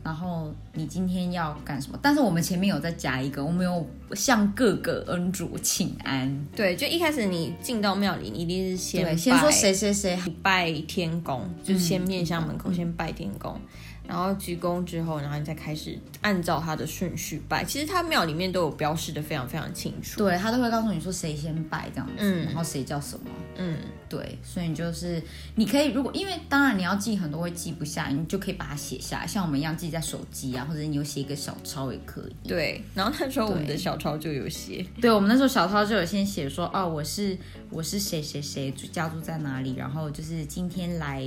Speaker 1: 然后你今天要干什么？但是我们前面有再加一个，我们有向各个恩主请安，
Speaker 2: 对，就一开始你进到庙里，你一定是先
Speaker 1: 对，先说
Speaker 2: 拜
Speaker 1: 谁谁谁
Speaker 2: 你拜天公，
Speaker 1: 嗯
Speaker 2: 就是先面向门口先拜天公，然后鞠躬之后，然后你再开始按照他的顺序拜。其实他庙里面都有标示的非常非常清楚。
Speaker 1: 对他都会告诉你说谁先拜这样子，
Speaker 2: 嗯
Speaker 1: 然后谁叫什么，
Speaker 2: 嗯，
Speaker 1: 对，所以你就是你可以如果因为当然你要记很多会记不下，你就可以把它写下来，像我们一样记在手机啊，或者你有写一个小抄也可以。
Speaker 2: 对。然后那时候我们
Speaker 1: 对
Speaker 2: 的小抄就有写，
Speaker 1: 对，我们那时候小抄就有先写说哦，我是我是谁谁谁住家住在哪里，然后就是今天来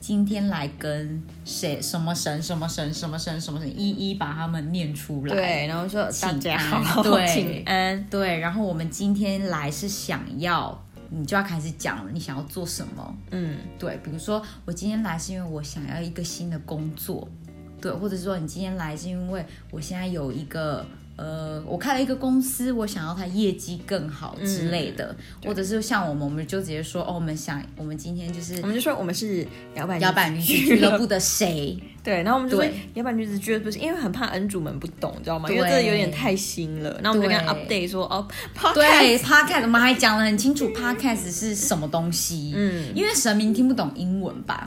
Speaker 1: 今天来跟谁什么神什么神什么神什么神一一把他们念出来。
Speaker 2: 对，然后说
Speaker 1: 请
Speaker 2: 大家
Speaker 1: 安
Speaker 2: 好，
Speaker 1: 对
Speaker 2: 请安，
Speaker 1: 对，然后我们今天来是想要，你就要开始讲了，你想要做什么？
Speaker 2: 嗯，
Speaker 1: 对，比如说我今天来是因为我想要一个新的工作，对，或者说你今天来是因为我现在有一个。呃，我开了一个公司，我想要它业绩更好之类的，或者是像我们，我们就直接说，哦，我们想，我们今天就是
Speaker 2: 我们就说我们是摇摆
Speaker 1: 摇摆女子俱乐部的谁，
Speaker 2: [LAUGHS] 对，然后我们就说
Speaker 1: 对
Speaker 2: 摇摆女子俱乐部是，因为很怕恩主们不懂，你知道吗？因为
Speaker 1: 对
Speaker 2: 这有点太新了。那我们就跟他
Speaker 1: 对
Speaker 2: update 说哦，怕
Speaker 1: 对，podcast 我们还讲得很清楚，podcast 是什么东西，嗯，因为神明听不懂英文吧，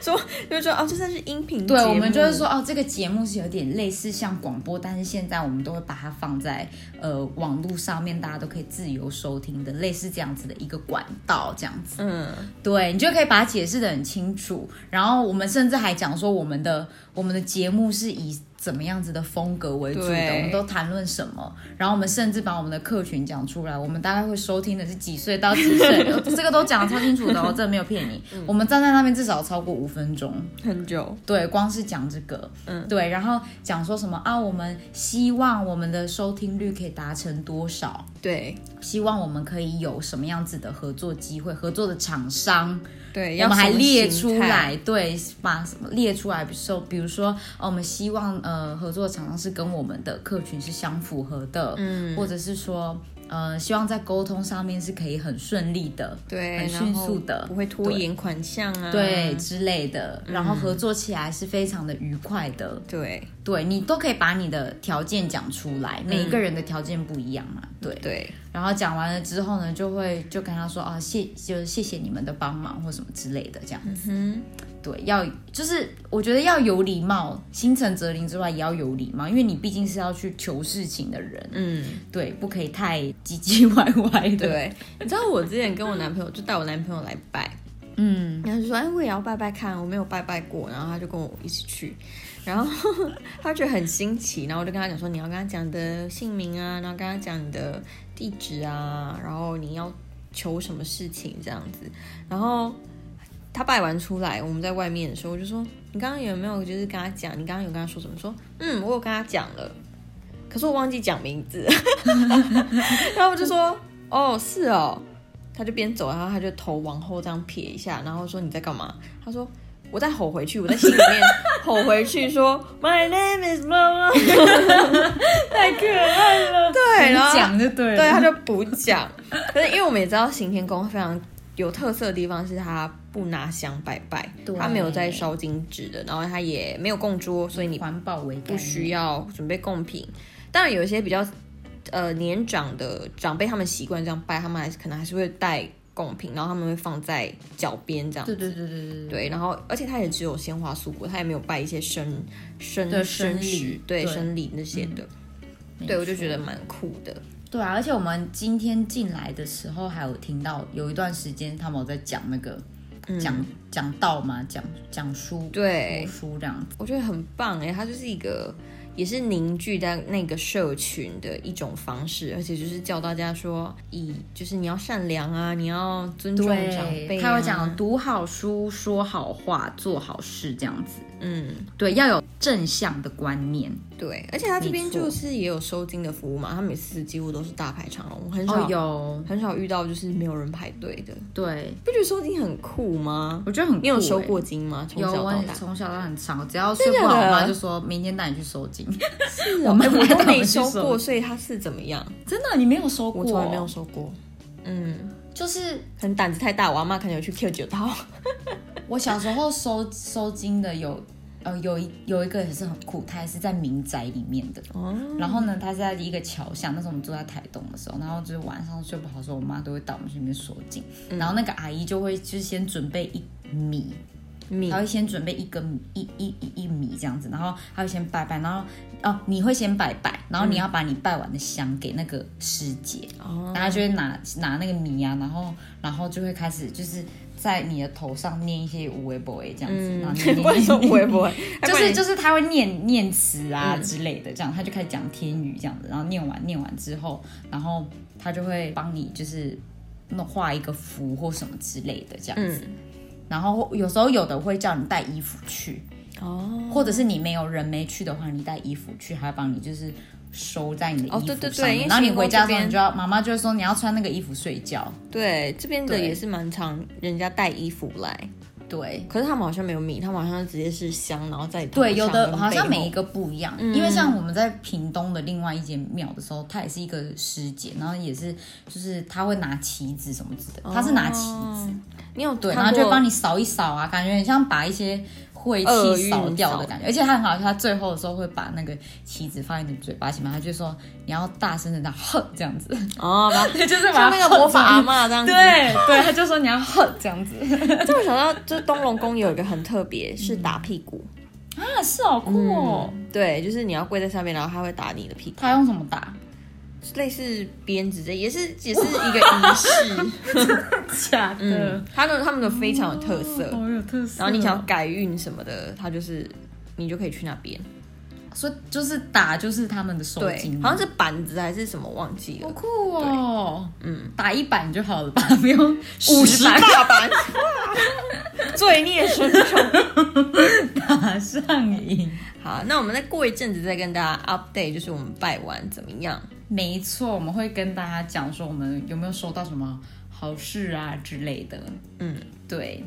Speaker 2: 说 [LAUGHS] 就是说哦，这算是音频
Speaker 1: 对，
Speaker 2: 节
Speaker 1: 我们
Speaker 2: 目
Speaker 1: 就是说，哦，这个节目是有点类似像广播，但是现在我们都会把它放在呃网络上面，大家都可以自由收听的，类似这样子的一个管道，这样子。
Speaker 2: 嗯。
Speaker 1: 对你就可以把它解释的很清楚。然后我们甚至还讲说，我们的我们的节目是以怎么样子的风格为主的，
Speaker 2: 对
Speaker 1: 我们都谈论什么。然后我们甚至把我们的客群讲出来，我们大概会收听的是几岁到几岁，这个都讲得超清楚的哦，这没有骗你。我们站在那边至少超过五分钟。
Speaker 2: 很久，
Speaker 1: 对，光是讲这个，嗯，对，然后讲说什么啊？我们希望我们的收听率可以达成多少？
Speaker 2: 对
Speaker 1: 希望我们可以有什么样子的合作机会？合作的厂商，
Speaker 2: 对，
Speaker 1: 我
Speaker 2: 要
Speaker 1: 们还
Speaker 2: 什么
Speaker 1: 列
Speaker 2: 形
Speaker 1: 出
Speaker 2: 态，
Speaker 1: 来，对，把什么列出来？比如说，比如说，哦，我们希望呃，合作厂商是跟我们的客群是相符合的，嗯，或者是说，呃，希望在沟通上面是可以很顺利的，
Speaker 2: 对，
Speaker 1: 很
Speaker 2: 然
Speaker 1: 迅
Speaker 2: 后
Speaker 1: 速的
Speaker 2: 不会拖
Speaker 1: 对
Speaker 2: 延款项啊，
Speaker 1: 对之类的，
Speaker 2: 嗯
Speaker 1: 然后合作起来是非常的愉快的，
Speaker 2: 对
Speaker 1: 对你都可以把你的条件讲出来，每一个人的条件不一样嘛，对。
Speaker 2: 对
Speaker 1: 然后讲完了之后呢，就会就跟他说啊，谢就是谢谢你们的帮忙或什么之类的这样子。
Speaker 2: 嗯
Speaker 1: 对，要就是我觉得要有礼貌，心诚则灵之外也要有礼貌，因为你毕竟是要去求事情的人，
Speaker 2: 嗯
Speaker 1: 对，不可以太唧唧歪歪的。，
Speaker 2: 对。 [LAUGHS] 你知道我之前跟我男朋友就带我男朋友来拜，
Speaker 1: 嗯，
Speaker 2: 然后就说哎我也要拜拜看，我没有拜拜过，然后他就跟我一起去。然后他觉得很新奇，然后我就跟他讲说，你要跟他讲你的姓名啊，然后跟他讲你的地址啊，然后你要求什么事情这样子。然后他拜完出来，我们在外面的时候，我就说：“你刚刚有没有就是跟他讲？你刚刚有跟他说什么？”说：“嗯，我有跟他讲了，可是我忘记讲名字。” [LAUGHS] 然后我就说：“哦，是哦。”他就边走，然后他就头往后这样撇一下，然后说：“你在干嘛？”他说：“我在吼回去，我在心里面吼回去说，My name is 妈妈。” [LAUGHS] 太可爱了。对，然后
Speaker 1: 讲就对了。
Speaker 2: 对，他就不讲。可是因为我们也知道行天宫非常有特色的地方是他不拿香拜拜
Speaker 1: 对，
Speaker 2: 他没有在烧金纸的，然后他也没有供桌，所以你
Speaker 1: 环保为
Speaker 2: 不
Speaker 1: 不
Speaker 2: 需要准备贡品。当然有一些比较呃年长的长辈，他们习惯这样拜，他们还是可能还是会带贡品，然后他们会放在脚边这样。
Speaker 1: 对对对对对对
Speaker 2: 对，然后而且他也只有鲜花素果，他也没有拜一些生生
Speaker 1: 对
Speaker 2: 生
Speaker 1: 生
Speaker 2: 食
Speaker 1: 礼，
Speaker 2: 对
Speaker 1: 对嗯
Speaker 2: 生理那些的。对，我就觉
Speaker 1: 得
Speaker 2: 得蛮酷的。
Speaker 1: 对啊，而且我们今天进来的时候，还有听到有一段时间他们有在讲那个讲、讲道嘛，讲讲书，
Speaker 2: 对
Speaker 1: 读书这样子。
Speaker 2: 我觉得很棒哎、它就是一个也是凝聚在那个社群的一种方式，而且就是教大家说，以就是你要善良啊，你要尊重长辈、
Speaker 1: 对，
Speaker 2: 啊，
Speaker 1: 他有讲读好书、说好话、做好事这样子。
Speaker 2: 嗯。
Speaker 1: 对，要有正向的观念。
Speaker 2: 对，而且他这边
Speaker 1: 没错
Speaker 2: 就是也有收金的服务嘛，他每次几乎都是大排长龙，我很少、
Speaker 1: 哦，有
Speaker 2: 很少遇到就是没有人排队的，
Speaker 1: 对，
Speaker 2: 不觉得收金很酷吗？
Speaker 1: 我觉得很酷欸、
Speaker 2: 你有收过金吗？从
Speaker 1: 有，啊
Speaker 2: 小
Speaker 1: 我
Speaker 2: 到大，
Speaker 1: 从小到很长，只要睡不好，
Speaker 2: 真的假
Speaker 1: 我
Speaker 2: 的
Speaker 1: 妈就说明天带你去收金。
Speaker 2: 是
Speaker 1: 我
Speaker 2: 哦
Speaker 1: 妈
Speaker 2: 哎
Speaker 1: [LAUGHS]
Speaker 2: 我
Speaker 1: 带
Speaker 2: 都
Speaker 1: 我
Speaker 2: 没
Speaker 1: 去
Speaker 2: 收
Speaker 1: 收
Speaker 2: 过，所以他是怎么样？
Speaker 1: [LAUGHS] 真的，你没有收过？
Speaker 2: 我从来没有，收过。嗯，
Speaker 1: 就是
Speaker 2: 可能胆子太大，我阿妈可能有去 Q 九套。
Speaker 1: 我小时候收收金的有，呃，有一有一个也是很酷，它也是在民宅里面的。
Speaker 2: 哦，
Speaker 1: 然后呢，它是在一个桥下，那时候我们住在台东的时候，然后就是晚上睡不好的时候，我妈都会带我们去那边锁紧，然后那个阿姨就会就是先准备一米，
Speaker 2: 米
Speaker 1: 她会先准备一根一一一一米这样子，然后她会先拜拜，然后哦你会先拜拜，然后你要把你拜完的香给那个师姐，
Speaker 2: 哦，
Speaker 1: 然后就会拿拿那个米啊，然后然后就会开始就是在你的头上念一些无为 boy 这样子，然后念
Speaker 2: 嗯 [LAUGHS] 不然说
Speaker 1: 念念
Speaker 2: 不会不会，
Speaker 1: 嗯 [LAUGHS] 就是就是他会念念词
Speaker 2: 嗯
Speaker 1: 啊之类的，这样他就开始讲天语这样子，然后念完念完之后，然后他就会帮你就是弄画一个符或什么之类的这样
Speaker 2: 嗯
Speaker 1: 子。然后有时候有的会叫你带衣服去，
Speaker 2: 哦
Speaker 1: 或者是你没有人没去的话，你带衣服去，还会帮你就是收在你的衣服
Speaker 2: 哦
Speaker 1: 上面。
Speaker 2: 对对对因为
Speaker 1: 然后你
Speaker 2: 新光
Speaker 1: 回家的时
Speaker 2: 这
Speaker 1: 候，
Speaker 2: 边
Speaker 1: 你就要妈妈就会说你要穿那个衣服睡觉。
Speaker 2: 对，这边的
Speaker 1: 对
Speaker 2: 也是蛮常人家带衣服来，
Speaker 1: 对，
Speaker 2: 可是他们好像没有米，他们好像直接是香，然后在头
Speaker 1: 对，有
Speaker 2: 上
Speaker 1: 的
Speaker 2: 跟
Speaker 1: 好像
Speaker 2: 背
Speaker 1: 每
Speaker 2: 后
Speaker 1: 一个不一样，
Speaker 2: 嗯
Speaker 1: 因为像我们在屏东的另外一间庙的时候，她也是一个师姐，然后也是就是她会拿旗子什么之类的，她是拿旗子，
Speaker 2: 哦你有
Speaker 1: 对，
Speaker 2: 看
Speaker 1: 然后就会
Speaker 2: 过
Speaker 1: 帮你扫一扫啊，感觉很像把一些晦
Speaker 2: 厄
Speaker 1: 气
Speaker 2: 运
Speaker 1: 扫掉
Speaker 2: 扫
Speaker 1: 的感觉，而且她很好笑，她最后的时候会把那个旗子放在你的嘴巴前面，她就说你要大声的那哼这样子，
Speaker 2: 哦，
Speaker 1: [LAUGHS]
Speaker 2: 把
Speaker 1: 就是把
Speaker 2: 像那个魔法阿
Speaker 1: 嘛，
Speaker 2: 嬷这样子。
Speaker 1: 对，对，她就说你要哼这样子，
Speaker 2: 这我想到，就是东龙宫有一个很特别，是打屁股。
Speaker 1: 啊，是好酷哦，
Speaker 2: 对，就是你要跪在上面，然后他会打你的屁股，
Speaker 1: 她用什么打？
Speaker 2: 类似鞭子这，也是也是一个仪式。 [LAUGHS]
Speaker 1: 假的，
Speaker 2: 嗯，他的他们的非常有特色。
Speaker 1: 好有特色哦。
Speaker 2: 然后你想要改运什么的，他就是你就可以去那边。
Speaker 1: 所以就是打就是他们的手
Speaker 2: 对
Speaker 1: 筋，，
Speaker 2: 好像是板子还是什么忘记
Speaker 1: 好
Speaker 2: 了，
Speaker 1: 酷哦。
Speaker 2: 嗯，
Speaker 1: 打一板就好了吧，不 [LAUGHS] 用
Speaker 2: 50
Speaker 1: 板
Speaker 2: 大板， [LAUGHS] 罪孽深重。
Speaker 1: 打上瘾。
Speaker 2: [LAUGHS] 好，那我们再过一阵子再跟大家 update，就是我们拜完怎么样。
Speaker 1: [LAUGHS] 没错，我们会跟大家讲说我们有没有收到什么好事啊之类的。
Speaker 2: 嗯，
Speaker 1: 对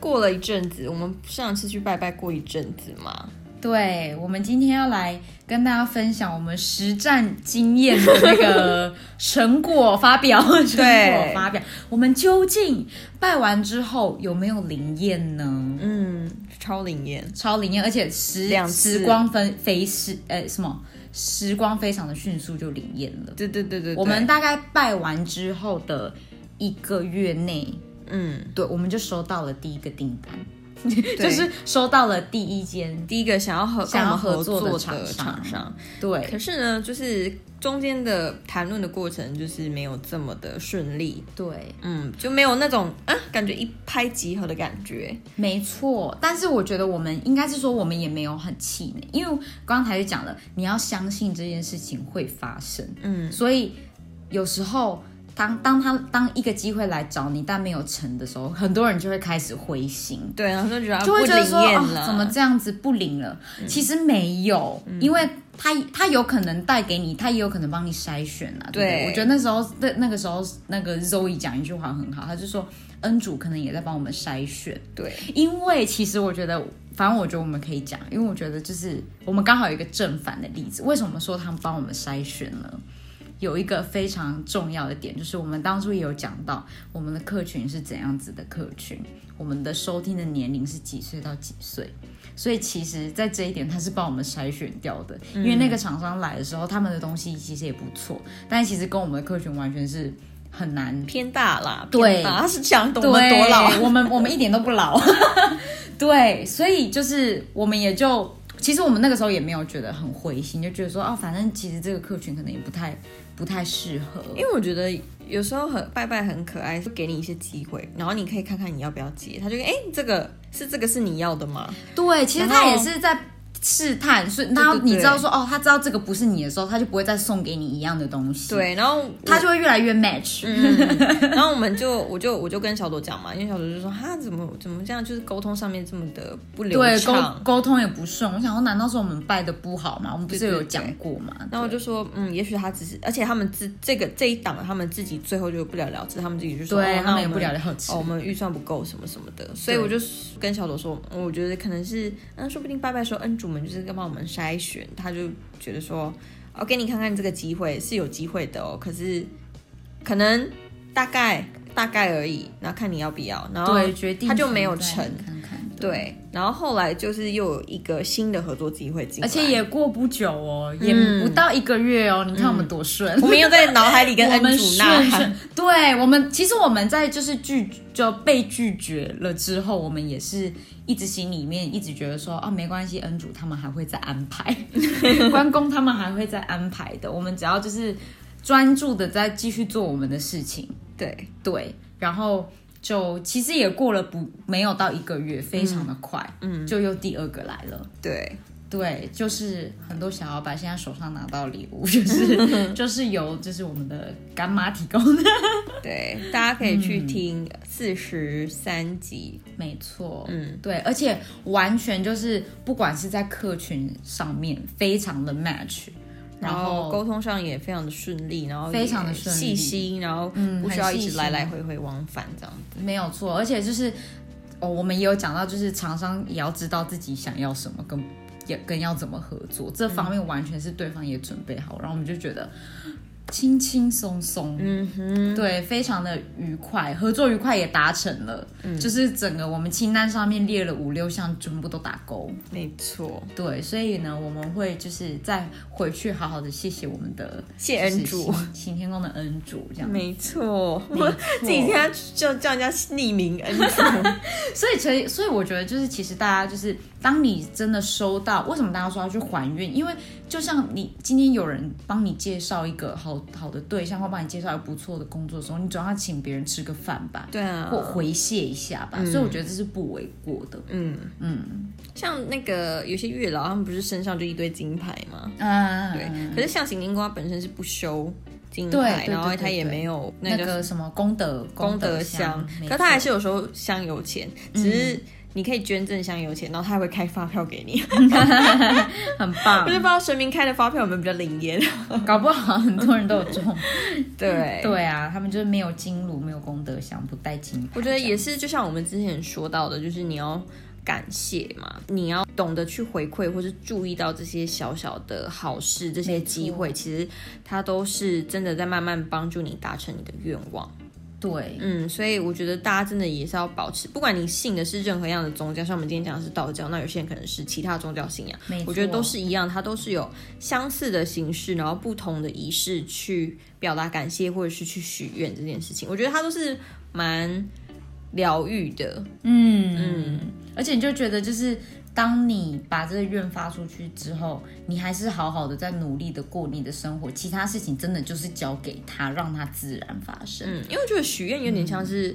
Speaker 2: 过了一阵子，我们上次去拜拜过一阵子嘛，
Speaker 1: 对，我们今天要来跟大家分享我们实战经验的那个成果发表， [LAUGHS] 成果发表，我们究竟拜完之后有没有灵验呢？
Speaker 2: 嗯，超灵验，
Speaker 1: 超灵验，而且时
Speaker 2: 两次
Speaker 1: 时光飞飞逝，呃，什么时光非常的迅速就灵验了。
Speaker 2: 对对对对对
Speaker 1: 我们大概拜完之后的一个月内，
Speaker 2: 嗯，
Speaker 1: 对，我们就收到了第一个订单，
Speaker 2: 就
Speaker 1: [LAUGHS] 就是收到了第一间，
Speaker 2: 第一个想要合
Speaker 1: 想要
Speaker 2: 跟我们
Speaker 1: 合作的
Speaker 2: 的
Speaker 1: 厂商
Speaker 2: 厂商，
Speaker 1: 对，
Speaker 2: 可是呢，就是中间的谈论的过程就是没有这么的顺利，
Speaker 1: 对，
Speaker 2: 嗯，就没有那种啊感觉一拍即合的感觉，
Speaker 1: 没错。但是我觉得我们应该是说，我们也没有很气馁，因为刚才就讲了，你要相信这件事情会发生。
Speaker 2: 嗯，
Speaker 1: 所以有时候当当他当一个机会来找你，但没有成的时候，很多人就会开始灰心。
Speaker 2: 对，然后就觉得啊
Speaker 1: 就会
Speaker 2: 不
Speaker 1: 觉得说、
Speaker 2: 灵验
Speaker 1: 哦
Speaker 2: 了，、
Speaker 1: 怎么这样子不灵了？其实没有，因为他他有可能带给你，他也有可能帮你筛选啊。对不对
Speaker 2: 对
Speaker 1: 我觉得那时候那那个时候那个 Zoe 讲一句话很好，他就说恩主可能也在帮我们筛选，
Speaker 2: 对，
Speaker 1: 因为其实我觉得，反正我觉得我们可以讲，因为我觉得就是我们刚好有一个正反的例子。为什么说他们帮我们筛选呢？有一个非常重要的点，就是我们当初也有讲到，我们的客群是怎样子的客群，我们的收听的年龄是几岁到几岁。所以其实，在这一点，他是帮我们筛选掉的，因为那个厂商来的时候，他们的东西其实也不错，但其实跟我们的客群完全是很难
Speaker 2: 偏大啦，
Speaker 1: 对
Speaker 2: 偏大他是想懂
Speaker 1: 对，
Speaker 2: 我们多老，
Speaker 1: [LAUGHS] 我们我们一点都不老。 [LAUGHS] 对，所以就是我们也就，其实我们那个时候也没有觉得很灰心，就觉得说哦，反正其实这个客群可能也不太不太适合。
Speaker 2: 因为我觉得有时候很拜拜很可爱，就给你一些机会，然后你可以看看你要不要接。他就哎、这个是这个是你要的吗？
Speaker 1: 对，其实
Speaker 2: 然后
Speaker 1: 他也是在试探，所以然后
Speaker 2: 对对
Speaker 1: 你知道说哦，他知道这个不是你的时候，他就不会再送给你一样的东西，，
Speaker 2: 对，然后
Speaker 1: 他就会越来越 match。
Speaker 2: 嗯然后我们就我就我就跟小朵讲嘛，因为小朵就说哈怎么怎么这样，就是沟通上面这么的不
Speaker 1: [LAUGHS]
Speaker 2: 流
Speaker 1: 对沟
Speaker 2: 畅。
Speaker 1: 沟通也不顺，我想说，难道是我们拜的不好吗？我们不是
Speaker 2: 对对
Speaker 1: 有
Speaker 2: 对
Speaker 1: 讲过吗？
Speaker 2: 然后我就说，嗯，也许他只是，而且他们自这个这一档，他们自己最后就不了了之，他们自己就说，
Speaker 1: 对
Speaker 2: 哦、
Speaker 1: 他
Speaker 2: 那
Speaker 1: 们也
Speaker 2: 我
Speaker 1: 不了了之
Speaker 2: 哦，我们预算不够什么什么的，所以
Speaker 1: 对
Speaker 2: 我就跟小朵说，嗯我觉得可能是，嗯，说不定拜拜的时候恩主们就是要帮我们筛选，他就觉得说，哦，给你看看这个机会是有机会的哦，可是可能大概大概而已，然后看你要不要，然后
Speaker 1: 对，决定
Speaker 2: 他就没有
Speaker 1: 权
Speaker 2: 成
Speaker 1: 在你看看，
Speaker 2: 对，然后后来就是又有一个新的合作机会进来，
Speaker 1: 而且也过不久哦，也
Speaker 2: 嗯
Speaker 1: 不到一个月哦，你看我们多顺。
Speaker 2: [LAUGHS] 我们又在脑海里跟
Speaker 1: 我
Speaker 2: 恩
Speaker 1: 们
Speaker 2: 主呐
Speaker 1: 顺
Speaker 2: 喊
Speaker 1: 顺，对我们其实我们在就是拒就被拒绝了之后，我们也是一直心里面一直觉得说啊没关系，恩主他们还会再安排，
Speaker 2: [LAUGHS]
Speaker 1: 关公他们还会再安排的，我们只要就是专注的在继续做我们的事情，
Speaker 2: 对。
Speaker 1: 对，然后就其实也过了不没有到一个月，非常的快，嗯，就又第二个来了。
Speaker 2: 对，
Speaker 1: 对，就是很多小老板现在手上拿到礼物， [LAUGHS] 就是就是由就是我们的干妈提供的， [LAUGHS]
Speaker 2: 对，大家可以
Speaker 1: 嗯
Speaker 2: 去听四十三集。
Speaker 1: 没错，嗯，对，而且完全就是不管是在客群上面非常的 match，然
Speaker 2: 然后
Speaker 1: 后
Speaker 2: 沟通上也非常的顺利，然后
Speaker 1: 哦非
Speaker 2: 也
Speaker 1: 常地顺利
Speaker 2: 细心，然后
Speaker 1: 嗯
Speaker 2: 不需
Speaker 1: 很
Speaker 2: 要一
Speaker 1: 细
Speaker 2: 直来
Speaker 1: 心
Speaker 2: 来回回往返这样。
Speaker 1: 没有错，而且就是哦，我们也有讲到，就是厂商也要知道自己想要什么跟。也跟要怎么合作，这方面完全是对方也准备好，然后我们就觉得轻轻松松，
Speaker 2: 嗯哼，
Speaker 1: 对，非常的愉快，合作愉快也达成了，
Speaker 2: 嗯
Speaker 1: 就是整个我们清单上面列了五六项，全部都打勾。
Speaker 2: 没错，
Speaker 1: 对，所以呢，我们会就是再回去好好的谢谢我们的
Speaker 2: 谢恩主，
Speaker 1: 就是行行天宫的恩主这样。
Speaker 2: 没错，我自己天就叫人家
Speaker 1: [LAUGHS]
Speaker 2: 匿名恩主，
Speaker 1: 所以，所以，所以我觉得就是，其实大家就是，当你真的收到，为什么大家说要去还愿？因为就像你今天有人帮你介绍一个好好的对象，或帮你介绍一个不错的工作的时候，你总要请别人吃个饭吧。[LAUGHS]
Speaker 2: 对啊
Speaker 1: 或，回谢一下吧。所以我觉得这是不为过的。
Speaker 2: 嗯嗯，像那个有些月老，他们不是身上就一堆金牌吗？
Speaker 1: 嗯，
Speaker 2: 对，可是像行灵瓜本身是不修金
Speaker 1: 对
Speaker 2: 牌，
Speaker 1: 对
Speaker 2: 然后
Speaker 1: 对对
Speaker 2: 他也
Speaker 1: 对
Speaker 2: 没有
Speaker 1: 那
Speaker 2: 个
Speaker 1: 个什么功德
Speaker 2: 功德
Speaker 1: 德
Speaker 2: 箱，
Speaker 1: 没
Speaker 2: 可他
Speaker 1: 错
Speaker 2: 还
Speaker 1: 嗯
Speaker 2: 是有时候香油钱，只是你可以捐赠香油钱，然后他还会开发票给你。 [LAUGHS]
Speaker 1: 很
Speaker 2: 我
Speaker 1: 棒
Speaker 2: 就，不知道神明开的发票有没有比较灵验。 [LAUGHS]
Speaker 1: 搞不好很多人都有中。
Speaker 2: 对，
Speaker 1: 对啊，他们就是没有金炉，没有功德箱，不带金牌。
Speaker 2: 我觉得也是，就像我们之前说到的，就是你要。感谢嘛，你要懂得去回馈，或是注意到这些小小的好事，这些
Speaker 1: 没错
Speaker 2: 机会，其实它都是真的在慢慢帮助你达成你的愿望。
Speaker 1: 对，
Speaker 2: 嗯，所以我觉得大家真的也是要保持，不管你信的是任何样的宗教，像我们今天讲的是道教，那有些人可能是其他宗教信仰，
Speaker 1: 没错
Speaker 2: 我觉得都是一样，它都是有相似的形式，然后不同的仪式去表达感谢或者是去许愿这件事情，我觉得它都是蛮疗愈的。
Speaker 1: 嗯嗯，而且你就觉得就是。当你把这个愿发出去之后，你还是好好的在努力的过你的生活，其他事情真的就是交给他，让他自然发生。
Speaker 2: 嗯，因为我觉得许愿有点像是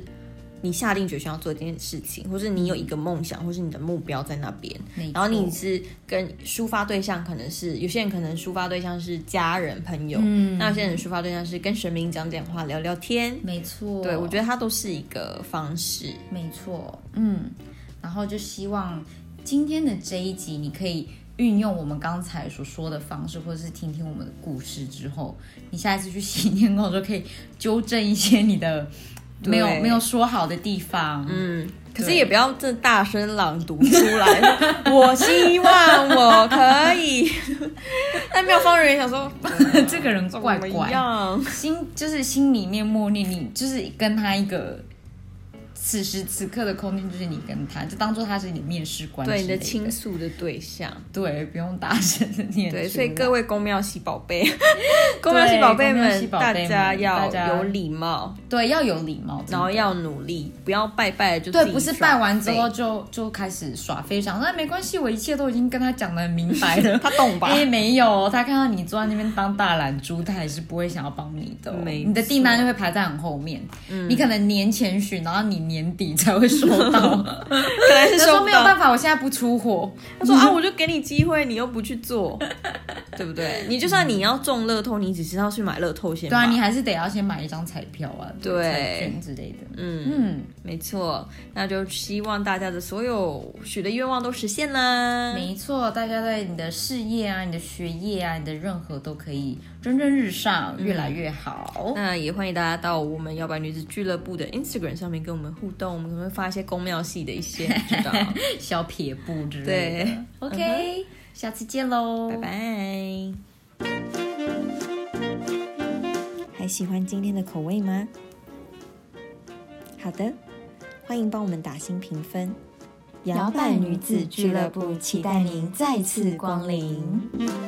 Speaker 2: 你下定决心要做一件事情，或是你有一个梦想，或是你的目标在那边，
Speaker 1: 没
Speaker 2: 嗯然后你
Speaker 1: 错
Speaker 2: 是跟抒发对象可能是有些人可能抒发对象是家人朋友，
Speaker 1: 嗯
Speaker 2: 那有些人抒发对象是跟神明讲讲话聊聊天，
Speaker 1: 没错，
Speaker 2: 对我觉得它都是一个方式。
Speaker 1: 没错，嗯，然后就希望今天的这一集，你可以运用我们刚才所说的方式，或者是听听我们的故事之后，你下一次去洗面后就可以纠正一些你的
Speaker 2: 对
Speaker 1: 没有没有说好的地方。嗯，
Speaker 2: 可是
Speaker 1: 对
Speaker 2: 也不要这大声朗读出来， [LAUGHS] 我希望我可以。 [LAUGHS] 但妙方人员想说，
Speaker 1: [LAUGHS] 这个人怪
Speaker 2: [LAUGHS] 怎么
Speaker 1: 怪，
Speaker 2: 样？
Speaker 1: 心就是心里面默念，你就是跟他一个此时此刻的空间就是你跟他，就当做他是你的面试官之类，
Speaker 2: 对你的倾诉的对象。
Speaker 1: 对，不用大声的念出来。
Speaker 2: 对，所以各位公庙喜宝
Speaker 1: [LAUGHS]
Speaker 2: 贝，公庙喜宝贝
Speaker 1: 公庙喜
Speaker 2: 们，
Speaker 1: 宝
Speaker 2: 大
Speaker 1: 贝们
Speaker 2: 家
Speaker 1: 大
Speaker 2: 要
Speaker 1: 家
Speaker 2: 有礼貌，
Speaker 1: 对要有礼貌，真的
Speaker 2: 然后要努力，不要拜拜就自
Speaker 1: 对，
Speaker 2: 己
Speaker 1: 不是
Speaker 2: 耍
Speaker 1: 拜完之后
Speaker 2: 废，
Speaker 1: 就就开始耍飞想说哎没关系，我一切都已经跟他讲的很明白了。
Speaker 2: [LAUGHS] 他懂
Speaker 1: [LAUGHS]
Speaker 2: 吧？
Speaker 1: 哎、没有，他看到你坐在那边当大懒猪，他也是不会想要帮你的哦、
Speaker 2: 没嗯
Speaker 1: 你的订单就会排在很后面。你可能年前许，然后你年底才会收到。
Speaker 2: [LAUGHS] 可能
Speaker 1: 他
Speaker 2: 是
Speaker 1: 说
Speaker 2: 收
Speaker 1: 没有
Speaker 2: 到。
Speaker 1: 办法，我现在不出货。
Speaker 2: 他说啊，我就给你机会，你又不去做， [LAUGHS] 对不对？你就算你要中乐透，你只是要去买乐透先
Speaker 1: 对啊，
Speaker 2: 吧
Speaker 1: 你还是得要先买一张彩票啊，
Speaker 2: 对
Speaker 1: 彩券之类的。
Speaker 2: 嗯，
Speaker 1: 嗯，
Speaker 2: 没错，那就希望大家的所有许的愿望都实现啦。
Speaker 1: 没错，大家在你的事业啊、你的学业啊、你的任何都可以蒸蒸日上，越来越好。
Speaker 2: 那也欢迎大家到我们摇摆女子俱乐部的 Instagram 上面跟我们互动，我们可能会发一些宫庙系的一些，你知道？
Speaker 1: [LAUGHS] 小撇步之类的
Speaker 2: 对。嗯
Speaker 1: OK，、下次见喽，
Speaker 2: 拜拜。还喜欢今天的口味吗？好的，欢迎帮我们打新评分。
Speaker 3: 摇摆女子俱乐部期待您再次光临。